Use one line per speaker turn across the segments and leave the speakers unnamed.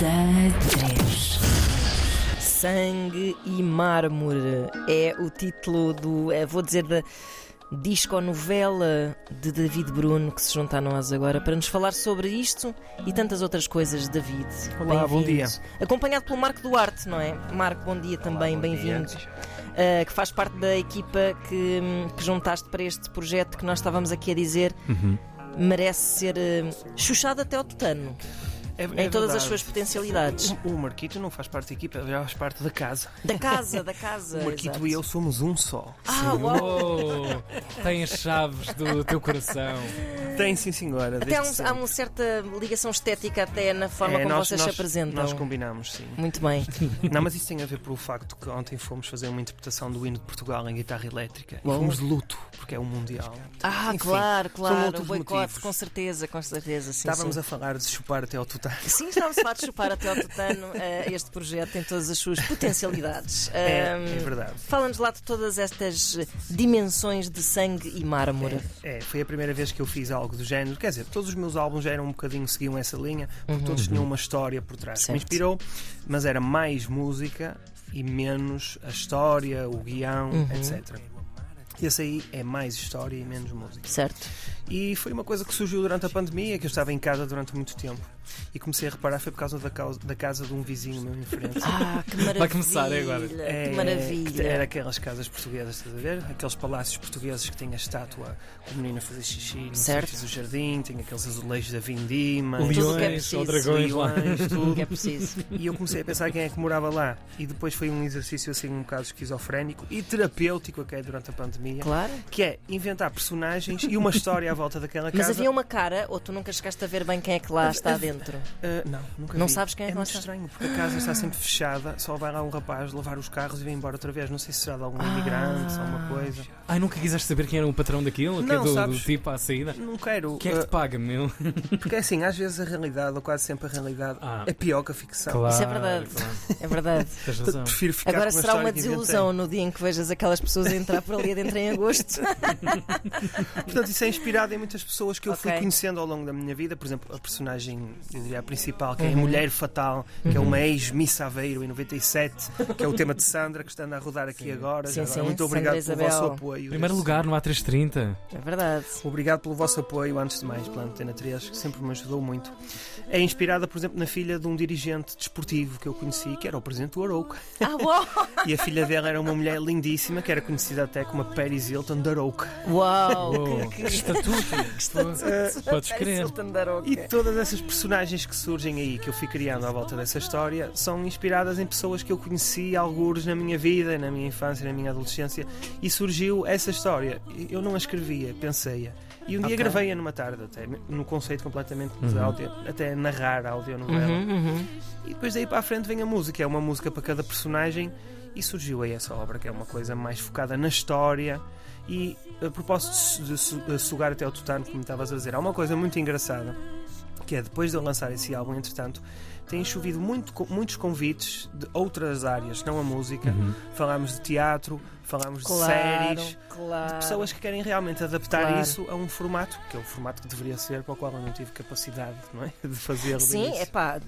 da 3.
Sangue e Mármore é o título do, eh, vou dizer, da disco-novela de David Bruno que se junta a nós agora para nos falar sobre isto e tantas outras coisas. David,
Olá, bom
bem-vindo.
dia.
Acompanhado pelo Marco Duarte, não é? Marco, bom dia também,
bom
bem-vindo.
dia.
Eh, que faz parte da equipa que, hum, que juntaste para este projeto que nós estávamos aqui a dizer
Uhum.
merece ser eh, chuchado até ao tutano
É-
em
é
todas as
verdade.
suas potencialidades.
O, o Marquito não faz parte da equipa, já faz parte da casa.
Da casa, da casa.
O Marquito
exato.
e eu somos um só.
Ah, uau.
Oh, tem as chaves do teu coração.
Tem sim, senhora.
Até há, um- há uma certa ligação estética até na forma como vocês se apresentam.
É, Nós combinamos, sim.
Muito bem.
Não, mas isso tem a ver pelo facto que ontem fomos fazer uma interpretação do hino de Portugal em guitarra elétrica. E
Bom.
fomos de luto, porque é o Mundial.
Ah,
Enfim,
claro,
são
claro. O
outros
boicote,
motivos.
com certeza, com certeza. Sim,
Estávamos
sim.
a falar de chupar até ao tutar.
Sim, estávamos lá de chupar até ao tutano eh, este projeto tem todas as suas potencialidades.
É,
Ahm,
é verdade.
Fala-nos lá de todas estas dimensões de sangue e mármore.
É, foi a primeira vez que eu fiz algo do género. Quer dizer, todos os meus álbuns já eram um bocadinho, seguiam essa linha,
Uhum.
porque todos
Uhum.
tinham uma história por trás. que
Certo.
Me inspirou, mas era mais música e menos a história, o guião,
Uhum.
etc. Esse aí é mais história e menos música.
Certo.
E foi uma coisa que surgiu durante a pandemia, que eu estava em casa durante muito tempo. E comecei a reparar, foi por causa da, causa- da casa de um vizinho meu em frente.
Ah, que maravilha.
Vai começar agora.
É, Que
que Era
maravilha.
aquelas casas portuguesas, estás a ver? Aqueles palácios portugueses que têm a estátua com o menino a fazer xixi no
Certo.
sítio do jardim, tem aqueles azulejos da vindima,
Tudo o que é
Leões
preciso.
ou dragões lá.
leões,
Tudo o que
tudo.
é preciso.
E eu comecei a pensar quem é que morava lá. E depois foi um exercício assim um bocado esquizofrénico e terapêutico até durante a pandemia,
Claro.
que é inventar personagens e uma história à volta daquela casa.
Mas havia um- uma cara, ou tu nunca chegaste a ver bem quem é que lá está dentro?
Ah, não, nunca
Não
vi.
sabes quem é que lá
muito
está?
estranho, porque a casa está sempre fechada, só vai lá um rapaz lavar os carros e vem embora outra vez. Não sei se será de algum
Ah.
imigrante, se alguma coisa.
Ai, nunca quiseste saber quem era o patrão daquilo? Que é
Não,
do,
sabes?
do tipo à saída?
Não quero.
Quem é que
Uh,
te paga, meu?
ah, porque assim, às vezes a realidade, ou quase sempre a realidade,
Ah.
é pior que a ficção.
Isso é verdade.
claro.
É verdade.
Tens razão.
Portanto, prefiro ficar
Agora
com a
será
história
uma
que inventei.
desilusão no dia em que vejas aquelas pessoas a entrar por ali adentro em agosto.
Portanto, isso é inspirado em muitas pessoas que eu fui
Ok.
conhecendo ao longo da minha vida. Por exemplo, a personagem, eu diria, a principal, que
Uhum.
é a Mulher Fatal, que é uma ex-Miss Aveiro em 97, que é o tema de Sandra, que está a rodar aqui agora.
Sim,
Já agora,
sim,
Muito
Sandra
obrigado pelo
Isabel.
vosso apoio.
Primeiro
Esse-
lugar no A330.
É verdade.
Obrigado pelo vosso apoio, antes de mais, pela Antena 3, que sempre me ajudou muito. É inspirada, por exemplo, na filha de um dirigente desportivo que eu conheci, que era o presidente do Arouca.
Ah, uau!
E a filha dela era uma mulher lindíssima, que era conhecida até como a Paris Hilton de Arouca.
Uau!
Oh, que estatuto!
Ah,
Podes
um
crer.
E todas essas personagens que surgem aí, que eu fui criando à volta dessa história, são inspiradas em pessoas que eu conheci algures na minha vida, na minha infância, na minha adolescência, e surgiu essa história. Eu não a escrevia, pensei-a. E um dia
Ok.
gravei-a numa tarde, até, no conceito completamente de áudio, até narrar a audionovela.
Uhum.
E depois daí para a frente vem a música, é uma música para cada personagem e surgiu aí essa obra, que é uma coisa mais focada na história. E a propósito de su- de, su- de sugar até ao tutano, como estavas a dizer, há uma coisa muito engraçada, que é depois de eu lançar esse álbum, entretanto, tem chovido muito co- muitos convites de outras áreas, não a música.
Uhum.
Uhum.
Falámos de teatro, falámos
Claro,
de séries,
claro.
de pessoas que querem realmente adaptar
Claro.
isso a um formato, que é o formato que deveria ser, para o qual eu não tive capacidade não é? de fazer.
Sim, é pá,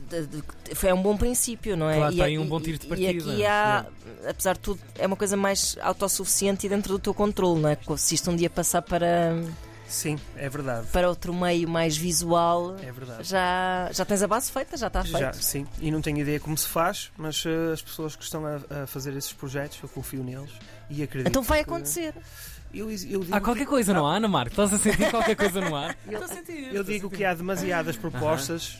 foi um bom princípio, não é?
Claro,
E
tá
a-
aí um
e-
bom tiro de
E
partida.
aqui há, apesar de tudo, é uma coisa mais autossuficiente e dentro do teu controle, não é? Se isto um dia passar para,
Sim, é verdade.
para outro meio mais visual,
É verdade.
já, já tens a base feita, já está feito.
Já, sim, e não tenho ideia como se faz, mas eh, as pessoas que estão a, a fazer esses projetos, eu confio neles e acredito.
Então vai
que-
acontecer.
Eu, eu digo,
Há qualquer coisa no ar, Ana Marco? Estás a sentir qualquer coisa no ar?
eu,
Então,
eu digo que há demasiadas propostas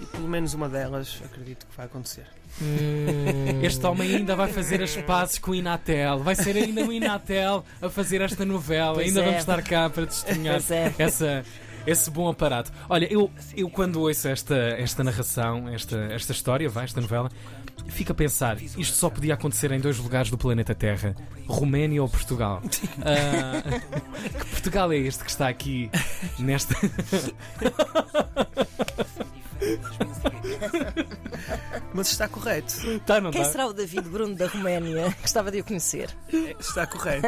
e pelo menos uma delas acredito que vai acontecer.
Hum. Este homem ainda vai fazer as pazes com o Inatel. Vai ser ainda o Inatel a fazer esta novela.
Pois
ainda
é.
vamos estar cá para testemunhar
Pois é.
essa, esse bom aparato. Olha, eu, eu quando ouço esta, esta narração, esta, esta história, vai, esta novela, fico a pensar: isto só podia acontecer em dois lugares do planeta Terra: Roménia ou Portugal. Ah, que Portugal é este que está aqui nesta.
Mas está correto.
Está, não
Quem
está?
será o David Bruno da Roménia? Gostava de o conhecer.
É, Está correto.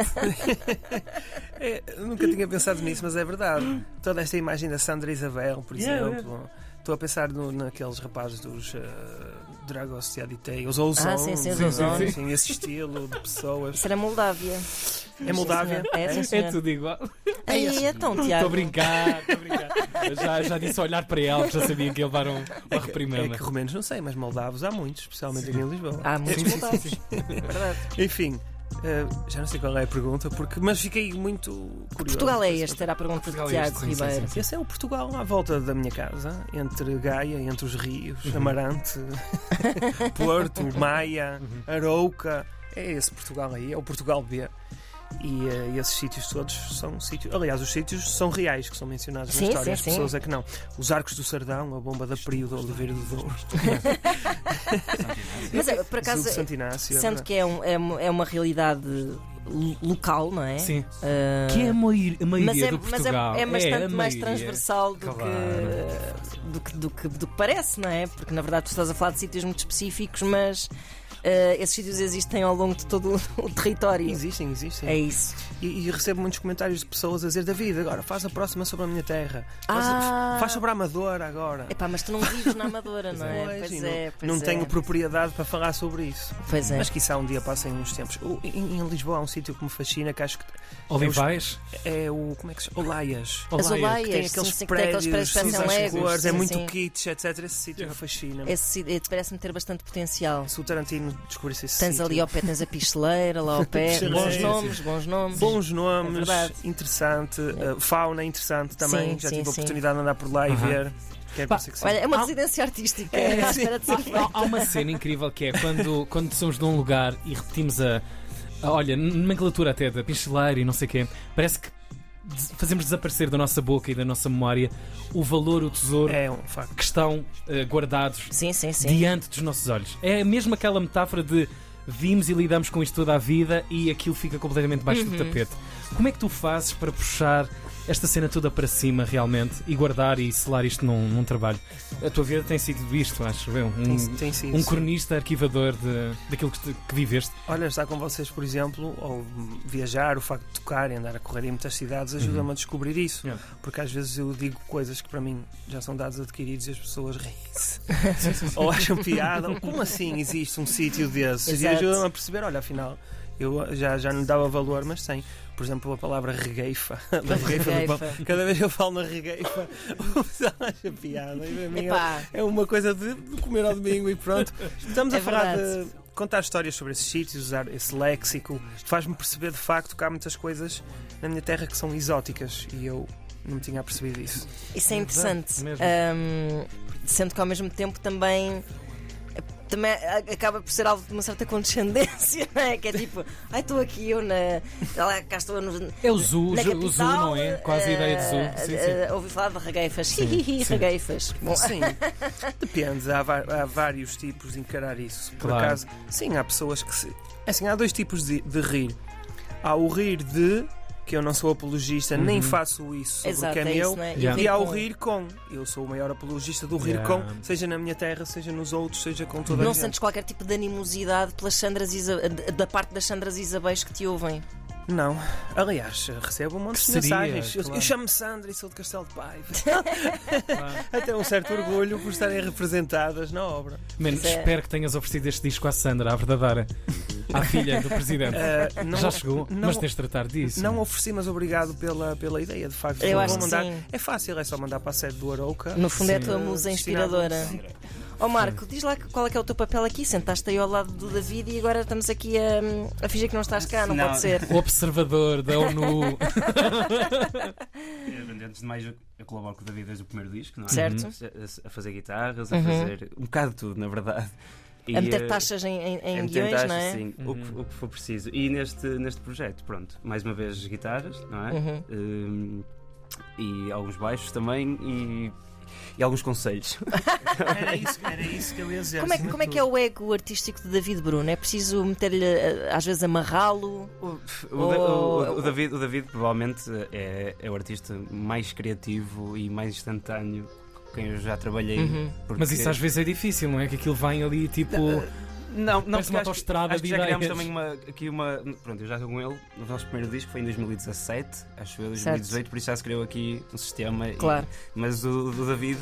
É, nunca tinha pensado nisso, mas é verdade. Toda esta imagem da Sandra Isabel, por
Yeah,
exemplo. Estou a pensar no- naqueles rapazes dos uh, Dragostea os Ozon.
Ah, sim, sim, os
sim,
Ozone.
sim, sim, esse estilo de pessoas.
Isso era Moldávia.
É Moldávia.
É, sim,
É
senhor.
tudo igual.
É Aí, então,
Estou a
Tiago.
brincar, estou a brincar. Eu Já, já disse a olhar para ela, já sabia que ia levar um, uma
É
reprimenda.
que romenos não sei, mas moldavos há muitos, especialmente aqui em Lisboa.
Há muitos
Sim, sim,
moldavos.
sim, É
Verdade.
Enfim, uh, já não sei qual é a pergunta, porque, mas fiquei muito curioso.
Portugal é este, era a pergunta
Portugal
de
é
Tiago
este, sim, sim,
Ribeiro.
sim.
Esse é o Portugal à volta da minha casa, entre Gaia, entre os rios, Amarante, Porto, Maia, Arouca. É esse Portugal aí, é o Portugal B. E eh, esses sítios todos são sítios. Aliás, os sítios são reais que são mencionados
Sim,
na história,
sim,
as
sim.
pessoas é que não. Os Arcos do Sardão, a bomba da Prio do Oliveira do Douro,
Mas é, por
Zug
acaso,
de Santo Inácio.
sendo que é, um- é uma- é uma realidade lo- local, não é?
Sim.
Ah,
Que é a maioria, a maioria
mas é,
do
mas é,
Portugal.
é bastante
a
mais
maioria.
transversal do,
Claro.
que, do, que, do, que, do que parece, não é? Porque na verdade tu estás a falar de sítios muito específicos, mas ah, esses sítios existem ao longo de todo o, o território.
Existem, existem.
É isso.
E, e recebo muitos comentários de pessoas a dizer: David, agora faz a próxima sobre a minha terra. Faz-
Ah.
Faz sobre a Amadora agora.
Epá, mas tu não vives na Amadora, não é?
Pois, e
Pois
não-
é, pois
não
é.
tenho propriedade para falar sobre isso.
Pois é.
Mas que isso um dia passem uns tempos. O- em, em Lisboa há um sítio que me fascina, que acho que
Olivais?
é o. Como é que se chama? Olaias.
As
Olaia,
olaias,
Que tem aqueles
sim, sim, que tem
prédios,
aqueles prédios que
todas
parecem
as
legos,
cores, é
sim,
muito
sim.
kitsch, etc. Esse sítio me fascina.
Esse sítio- eh, parece-me ter bastante potencial.
Se o Tarantino descobrisse esse
Tens
sítio.
ali ao pé, tens a picheleira lá ao pé,
Picheleira,
bons
sim.
nomes, bons nomes.
Bons
É
nomes,
verdade.
interessante, eh, fauna interessante também.
Sim,
Já
sim,
tive a
sim.
oportunidade de andar por lá e
Aham.
ver. Quero
Pá,
pensar que sim.
Olha, é uma
Ah.
residência artística.
É,
à
sim.
espera de ser
Há, há uma cena incrível que é quando, quando somos num lugar e repetimos a, a- olha, nomenclatura até da pinceleira e não sei o quê, parece que des- fazemos desaparecer da nossa boca e da nossa memória o valor, o tesouro
É um facto.
que estão eh, guardados
Sim, sim, sim.
diante dos nossos olhos. É mesmo aquela metáfora de vimos e lidamos com isto toda a vida e aquilo fica completamente baixo
Uhum.
do tapete. Como é que tu fazes para puxar esta cena toda para cima realmente e guardar e selar isto num, num trabalho? A tua vida tem sido isto, acho eu. Um,
Tem, tem sido.
um
sim.
cronista arquivador de, daquilo que, te- que viveste.
Olha, estar com vocês, por exemplo, ou hum, viajar, o facto de tocar e andar a correr em muitas cidades ajuda-me a descobrir isso.
Uhum. Yeah.
Porque às vezes eu digo coisas que para mim já são dados adquiridos e as pessoas riem-se. ou acham piada, ou como assim existe um sítio desses? E
Exato.
ajudam a perceber, olha, afinal, eu já, já não dava valor, mas tem. Por exemplo, a palavra regueifa. A regueifa do pão.
Regueifa.
Cada vez que eu falo na regueifa, o pessoal acha piada. E para mim é
Epá,
é uma coisa de de comer ao domingo e pronto. Estamos a
É
falar
verdade.
de contar histórias sobre esses sítios, usar esse léxico. Isto faz-me perceber de facto que há muitas coisas na minha terra que são exóticas e eu não me tinha apercebido isso.
isso é interessante.
Mesmo.
Ahm, sendo que ao mesmo tempo também. Também a- acaba por ser alvo de uma certa condescendência, não é? Que é tipo, ai, estou aqui eu na. tá Lá, cá estou no,
É o Zoo,
na
o
capital.
Zoo, não é? Quase a
eh,
ideia de Zoo. Sim, sim.
eh, ouvi falar de regueifas.
Sim, sim.
regueifas. Bom,
Sim, depende. Há, va- há vários tipos de encarar isso. Por
Claro.
acaso, sim, há pessoas que se. Assim, há dois tipos de, de rir. Há o rir de. Que eu não sou apologista, nem
Uhum.
faço isso sobre o
exato,
que é,
é
meu.
isso, não é?
Yeah.
E ao
com-
rir com, eu sou o maior apologista do rir
Yeah.
com, seja na minha terra, seja nos outros, seja com toda
Não
a gente.
sentes qualquer tipo de animosidade pelas Sandras Isa- da parte das Sandras Isabéis que te ouvem?
Não, aliás, recebo um monte
Que
de
seria,
mensagens. Eu- Eu,
claro.
chamo-me Sandra e sou de Castelo de Paiva.
Claro.
Até um certo orgulho por estarem representadas na obra.
Man,
Pois é.
espero que tenhas oferecido este disco à Sandra, à verdadeira, à filha do presidente.
Ah, não,
Já chegou,
não-
mas tens de tratar disso.
não ofereci, mas obrigado pela, pela ideia, de facto.
Eu
Vou
acho que
mandar-
sim.
É fácil, é só mandar para a sede do Arouca.
No fundo é a tua
Sim.
musa
Sim.
inspiradora. Ó Marco, diz lá qual é que é o teu papel aqui. Sentaste aí ao lado do David e agora estamos aqui a, a fingir que não estás cá, não,
Não.
pode ser.
Observador da ONU.
Eh, Antes de mais, eu- eu colaboro com o David desde o primeiro disco, não é?
Certo.
A, a- a fazer guitarras, a
Uhum.
fazer um bocado de tudo, na verdade. E,
A meter
eh,
taxas em, em, em
a meter
guiões,
taxas,
não é?
Sim, o, que,
Uhum.
o que for preciso. E neste, neste projeto, pronto, mais uma vez guitarras, não é?
Uhum.
Hum, e alguns baixos também e, e alguns conselhos.
Era isso, era isso que eu ia dizer.
Como é, que- como é que é o ego artístico de David Bruno? É preciso meter-lhe, eh, às vezes, amarrá-lo?
O, o-
Oh.
o- o David, o David provavelmente é, é o artista mais criativo e mais instantâneo com quem eu já trabalhei.
Uhum.
porque-
Mas isso às vezes é difícil, não é? Que aquilo vem ali tipo.
Não, não,
Parece
porque
uma
acho que-
autoestrada
acho que
de
já criámos
ideias.
também uma, aqui uma. Pronto, eu já estou com ele. O nosso primeiro disco foi em 2017, acho eu, 2018, por isso já se criou aqui um sistema. e-
Claro.
mas o, o David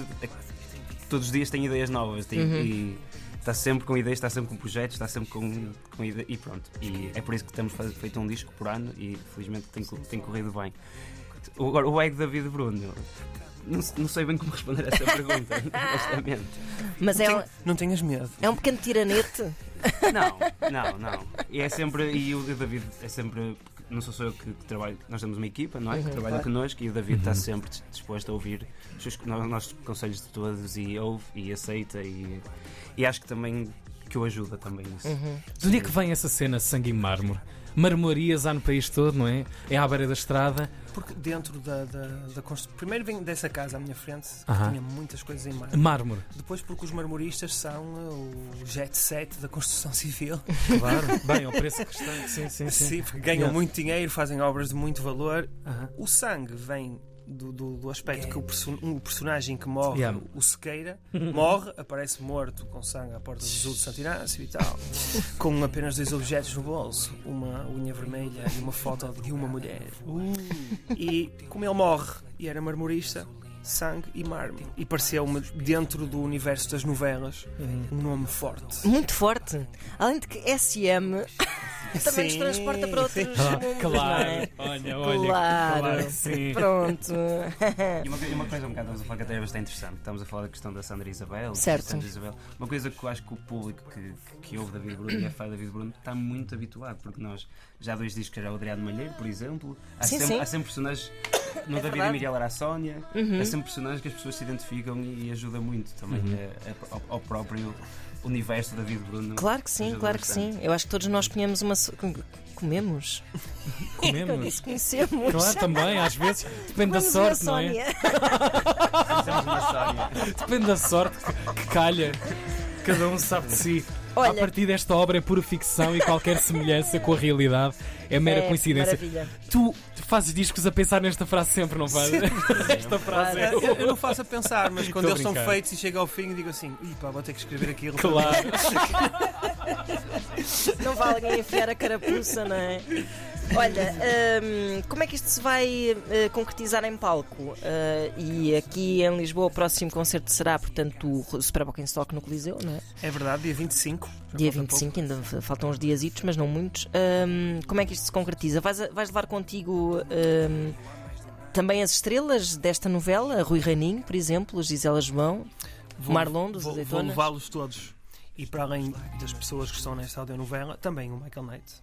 todos os dias tem ideias novas tem-
Uhum.
e está sempre com ideias, está sempre com projetos, está sempre com, com ideias e pronto. E é por isso que temos faz- feito um disco por ano e felizmente tem, co- tem corrido bem. O- Agora, o ego David Bruno. Não, se- não sei bem como responder a essa pergunta, honestamente.
Mas é, um-
Não tenhas medo.
é um pequeno tiranete.
Não, não, não. E é sempre, e o David é sempre, não sou só eu que, que trabalho, nós temos uma equipa, não é? Que trabalha connosco e o David está sempre dis- disposto a ouvir os seus- no- nossos conselhos de todos e ouve e aceita e, e acho que também que o ajuda também nisso.
Uhum.
De onde é que vem essa cena sangue e mármore? Marmorias há no país todo, não é? É à beira da estrada.
Porque dentro da, da, da construção. Primeiro vem dessa casa à minha frente, que
Aham.
tinha muitas coisas em mármore.
Mármore.
Depois, porque os marmoristas são eh, o jet set da construção civil.
Claro. Bem, ao preço que está. Sim, sim, sim.
Sim, porque ganham
Yeah.
muito dinheiro, fazem obras de muito valor.
Aham.
O sangue vem do, do- do aspecto que o, perso- o personagem que morre,
Yeah.
o Sequeira, morre, aparece morto com sangue à porta do Zoo de Santo Inácio e tal, com apenas dois objetos no bolso, uma unha vermelha e uma foto de uma mulher.
Uh.
E como ele morre e era marmorista, sangue e mármore. E pareceu-me, dentro do universo das novelas,
Uhum.
um nome forte.
Muito forte. Além de que SM também nos
Sim,
transporta para outros
Ah,
mundos,
claro.
não é?
Olha, olha.
Claro.
que sim.
Pronto.
E uma, coi- uma coisa um bocado estamos a falar que até é bastante interessante. Estamos a falar da questão da Sandra Isabel. da
Certo.
Sandra Isabel. Uma coisa que eu acho que o público que, que, que ouve David Bruno e é fã de David Bruno está muito habituado, porque nós já há dois discos que era o Adriano Malheiro, por exemplo. Há,
Sim,
sempre,
sim. É
há sempre personagens. No David
verdade. Uhum.
e Miguel era a Sónia. Há sempre personagens que as pessoas se identificam e, e ajuda muito também eh, a- ao, ao próprio universo de David Bruno.
Claro que sim,
Ajuda
claro que
bastante.
sim. Eu acho que todos nós comemos uma. so- com- Comemos? É Eu
Comemos.
disse conhecemos.
Claro, também, às vezes. Depende da
Comemos
sorte,
uma
não é?
Sónia.
Temos uma Sónia.
Depende da sorte que- que calha. Cada um sabe de si.
Olha.
A partir desta obra é pura ficção e qualquer semelhança com a realidade é mera
É,
coincidência.
Maravilha.
Tu, tu fazes discos a pensar nesta frase sempre, não fazes? Esta frase é.
Eu, eu não faço a pensar, mas quando
Tô
eles são
brincando.
feitos e chega ao fim, digo assim: "Ih, pá, vou ter que escrever aquilo.
Claro.
Não vale alguém enfiar a carapuça, não é? Olha, hum, como é que isto se vai eh, concretizar em palco? Eh, e aqui em Lisboa, o próximo concerto será, portanto, o Super Stock no Coliseu, não é?
É verdade, dia 25.
Então
já
Dia
falta pouco.
25, ainda f- faltam uns diazitos, mas não muitos. Ahm, como é que isto se concretiza? Vais, a- vais levar contigo ahm, também as estrelas desta novela? Rui Reininho, por exemplo, Gisela João.
Vou-
Marlon dos
vou- Vou
Azeitonas.
levá-los todos. E para além das pessoas que estão nesta audionovela, também o Michael Knight.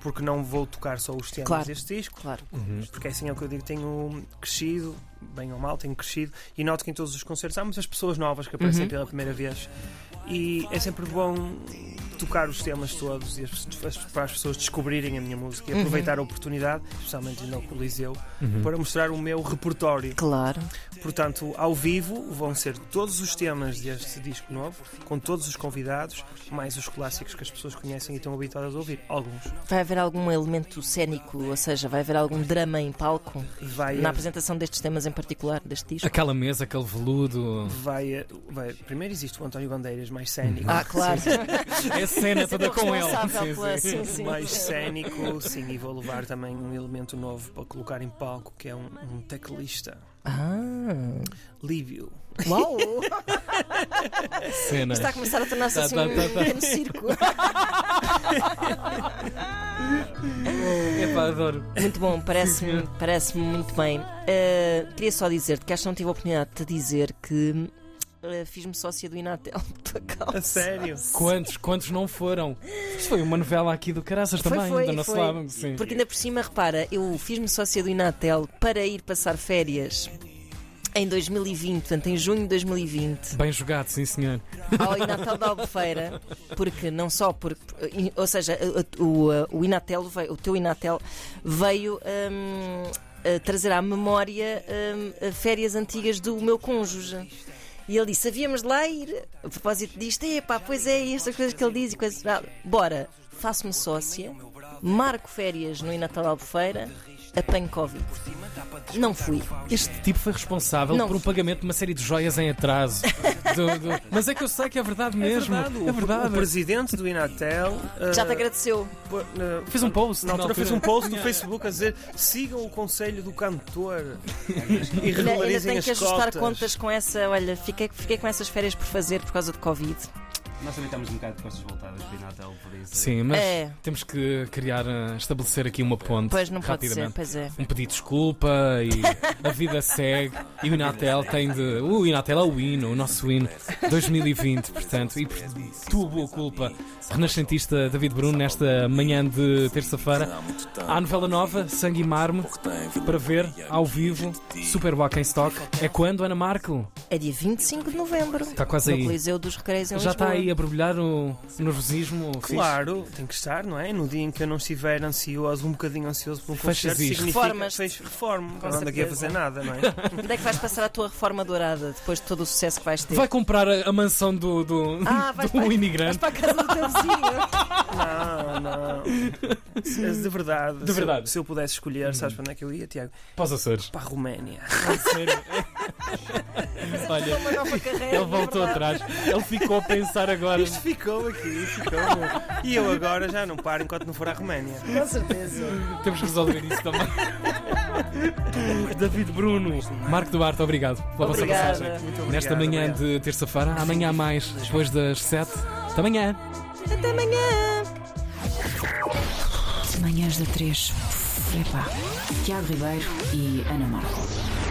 Porque não vou tocar só os temas
Claro.
deste disco,
Claro.
Uhum.
porque assim é o que eu digo, tenho crescido, bem ou mal, tenho crescido, e noto que em todos os concertos há muitas pessoas novas que aparecem
Uhum.
pela primeira vez. E é sempre bom tocar os temas todos e as, as- para as pessoas descobrirem a minha música e
Uhum.
aproveitar a oportunidade, especialmente no Coliseu,
um
para mostrar o meu repertório.
Claro.
Portanto, ao vivo vão ser todos os temas deste disco novo, com todos os convidados, mais os clássicos que as pessoas conhecem e estão habituadas a ouvir. Alguns.
Vai haver algum elemento cénico, ou seja, vai haver algum drama em palco?
Vai,
Na
é.
haver-
apresentação destes temas em particular, deste disco?
Aquela mesa, aquele veludo.
vai, vai- primeiro existe o António Bandeiras mais cénico.
Ah, claro.
É cena toda com ele.
Responsável pela-
Sim, sim.
sim, sim.
Mais cénico, sim, e vou levar também um elemento novo para colocar em palco, que é um, um teclista,
Ah,
Lívio.
uau!
Cena.
Está a começar a tornar-se
Tá,
assim
tá,
um
tá, tá.
pequeno circo.
Epá, adoro.
Muito bom, parece-me parece muito bem. Uh, queria só dizer-te que acho que não tive a oportunidade de te dizer que uh, fiz-me sócia do Inatel por tua causa.
A sério?
Quantos, quantos não foram? Isto foi uma novela aqui do Caraças
Foi,
também,
foi,
da nossa
foi.
lado. Sim.
Porque ainda por cima, repara, eu fiz-me sócia do Inatel para ir passar férias em 2020, portanto em junho de 2020,
Bem jogado, sim senhor.
ao Inatel da Albufeira, porque não só porque, ou seja, o, o- o Inatel veio- o teu Inatel veio hum, a trazer à memória hum, a férias antigas do meu cônjuge. E ele disse: Havíamos de lá ir. A propósito disto, epá, pois é, e estas coisas que ele diz e coisas. Ah, Bora, faço-me sócia, marco férias no Inatal da Albufeira, apanho Covid. Não fui.
Este tipo foi responsável
Não.
por um pagamento de uma série de joias em atraso do- do- Mas é que eu sei que é verdade mesmo.
verdade, o-
É verdade.
O presidente do Inatel eh,
Já te agradeceu.
pô- na-
Fez um post.
Na altura fez um post no Facebook a dizer sigam o conselho do cantor e
Ainda, ainda
regularizem
tenho
as
que ajustar
cotas.
contas com essa. Olha, fiquei, fiquei com essas férias por fazer por causa de Covid.
Nós também estamos um bocado de costas voltadas para Natal, por isso.
Sim, mas
É.
temos que criar, eh, estabelecer aqui uma ponte.
Pois não pode ser,
rapidamente.
pois é.
Um pedido de desculpa e a vida segue. E o Inatel tem de. O Inatel é o hino, o nosso hino 2020, portanto. E por tua boa culpa, renascentista David Bruno, nesta manhã de terça-feira. Há a novela nova, Sangue e Marmo, para ver ao vivo. Super Walk em Stock. É quando, Ana Marco?
É dia 25 de novembro.
Está quase
no
aí.
Coliseu dos Recreios em
Já está
Lisboa.
aí a brilhar o nervosismo? fixe?
Claro, tem que estar, não é? No dia em que eu não estiver ansioso, um bocadinho ansioso por um
Fechas
concerto,
isto.
significa
Reformas-te.
fecho, reformo,
Com
não ando aqui a
certeza.
fazer nada, não é?
Onde é que vais passar a tua reforma dourada depois de todo o sucesso que vais ter?
Vai comprar a, a mansão do, do,
Ah, vais
do
para-
imigrante.
Vais para a casa do teu vizinho.
Não, não. Se- De verdade.
De
se eu-
verdade. Uhum.
Se eu pudesse escolher, sabes para onde é que eu ia, Tiago?
Para os Açores.
Para a Roménia.
Uhum. Sério. Olha,
Uma nova carreira.
ele voltou
verdade.
atrás. Ele ficou a pensar agora.
Isto ficou aqui, ficou. E eu agora já não paro enquanto não for à Roménia.
Com certeza.
Temos que resolver isso também. David Bruno. Marco Duarte, obrigado pela vossa
Obrigada.
passagem.
Muito obrigado,
Nesta manhã
obrigado.
de terça-feira, amanhã há mais, depois das 7 da manhã.
Até amanhã.
Manhãs da 3. Epá. Tiago Ribeiro e Ana Marco.